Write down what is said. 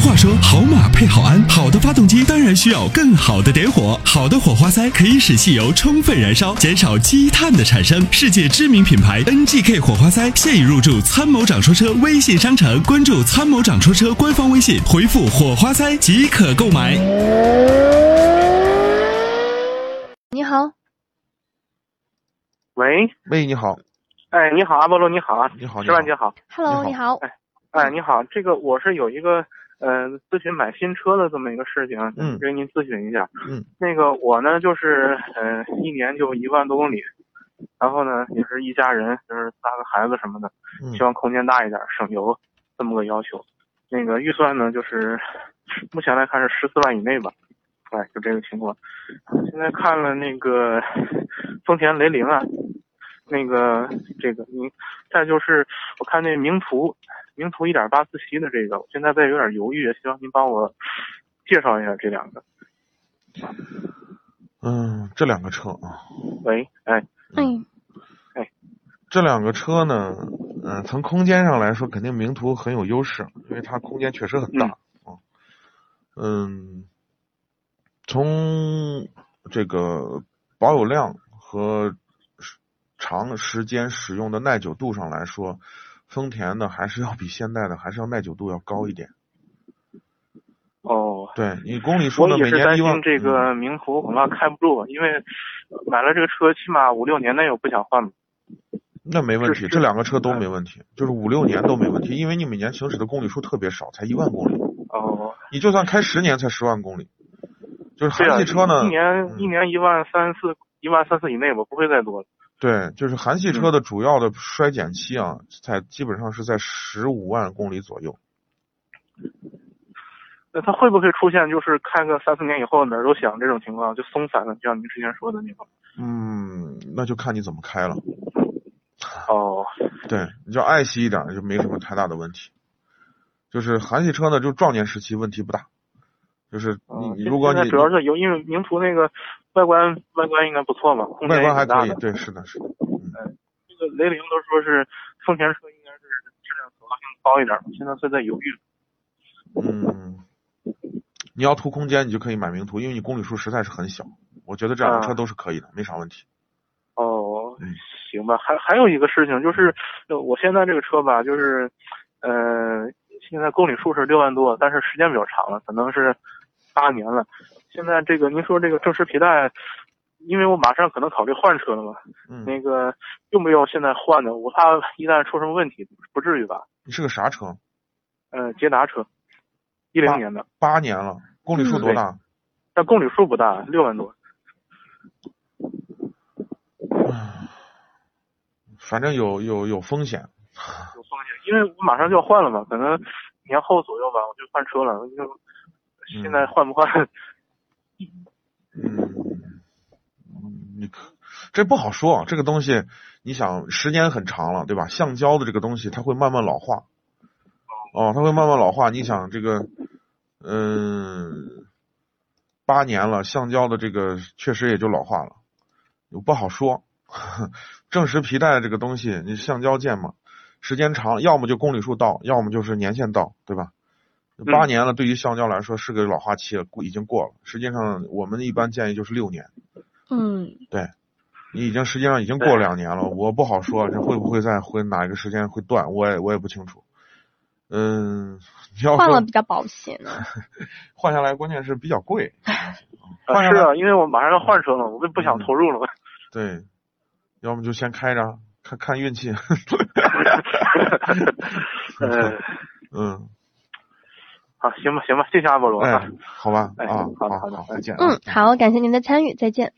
话说，好马配好鞍，好的发动机当然需要更好的点火。好的火花塞可以使汽油充分燃烧，减少积碳的产生。世界知名品牌 NGK 火花塞现已入驻参谋长说车微信商城，关注参谋长说车官方微信，回复“火花塞”即可购买。你好，喂，喂，你好，哎，你好，阿波罗，你好啊，你好，你石好万，姐好， ，Hello，你你好，哎，你好，这个我是有一个呃咨询买新车的这么一个事情，嗯跟您咨询一下，嗯，那个我呢就是呃一年就一万多公里，然后呢也是一家人，就是三个孩子什么的，嗯希望空间大一点，省油这么个要求，那个预算呢就是 目前来看是十四万以内吧，哎，就这个情况，现在看了那个丰田雷凌啊。那个，这个您，再就是我看那名图，名图一点八四七的这个，我现在在有点犹豫，希望您帮我介绍一下这两个。嗯，这两个车啊，喂，哎，嗯，这两个车呢，嗯、从空间上来说，肯定名图很有优势，因为它空间确实很大啊。嗯，从这个保有量和时长时间使用的耐久度上来说，丰田的还是要比现代的还是要耐久度要高一点。哦，对你公里数我呢，也每是年担一万嗯心这个名图恐怕开不住，因为买了这个车起码五六年内我不想换嘛。那没问是题，是这两个车都没问题，就是五六年都没问题，因为你每年行驶的公里数特别少，才一万公里，哦，你就算开十年才十万公里，就是对韩啊，系车呢嗯一，年一年一万三四一万三四以内吧，不会再多了。对，就是韩系车嗯的主要的衰减期啊，在基本上是在十五万公里左右，那它会不会出现就是开个三四年以后哪儿都响这种情况，就松散了，就像您之前说的那种？嗯，那就看你怎么开了，啊哦，对，你就爱惜一点就没什么太大的问题，就是韩系车呢，就壮年时期问题不大，就是嗯你、如果现在你主要是由因为名图那个外观外观应该不错嘛，空间外也观还挺大可的以，。对，是的，是的，这个雷凌都说是丰田车应该是质量可靠性高一点，现在是在犹豫。 嗯，你要图空间，你就可以买名图，因为你公里数实在是很小。我觉得这两个啊车都是可以的，没啥问题。哦嗯，行吧。还还有一个事情就是，呃我现在这个车吧，就是，呃，现在公里数是六万多，但是时间比较长了，可能是八年了。现在这个您说这个正时皮带，因为我马上可能考虑换车了嘛，嗯，那个用不用现在换呢？我怕一旦出什么问题，不至于吧？你是个啥车？呃，捷达车，一零啊年的，八年了，公里数嗯多大？但公里数不大，六万多。反正有有有风险。有风险，因为我马上就要换了嘛，可嗯能年后左右吧，我就换车了。就现在换不换？嗯，嗯你可这不好说，这个东西，你想时间很长了，对吧？橡胶的这个东西，它会慢慢老化。哦，它会慢慢老化。你想这个，嗯，八年了，橡胶的这个确实也就老化了，不好说。正时皮带这个东西，你橡胶件嘛，时间长，要么就公里数到，要么就是年限到，对吧？嗯八年了，对于橡胶来说是个老化期了，过已经过了。实际上，我们一般建议就是六年，嗯，你已经实际上已经过两年了，我不好说这会不会再会哪一个时间会断，我也我也不清楚。嗯，你要换了说比较保险呢。换下来，关键是比较贵。啊换下是来啊，因为我马上要换车了，我就不想投入了。 对，要么就先开着，看看运气。 呃，嗯，好，行吧，行吧，谢谢阿波罗啊哎。，好吧，哎啊，好的好好的再见啊。嗯嗯，好，感谢您的参与，再见。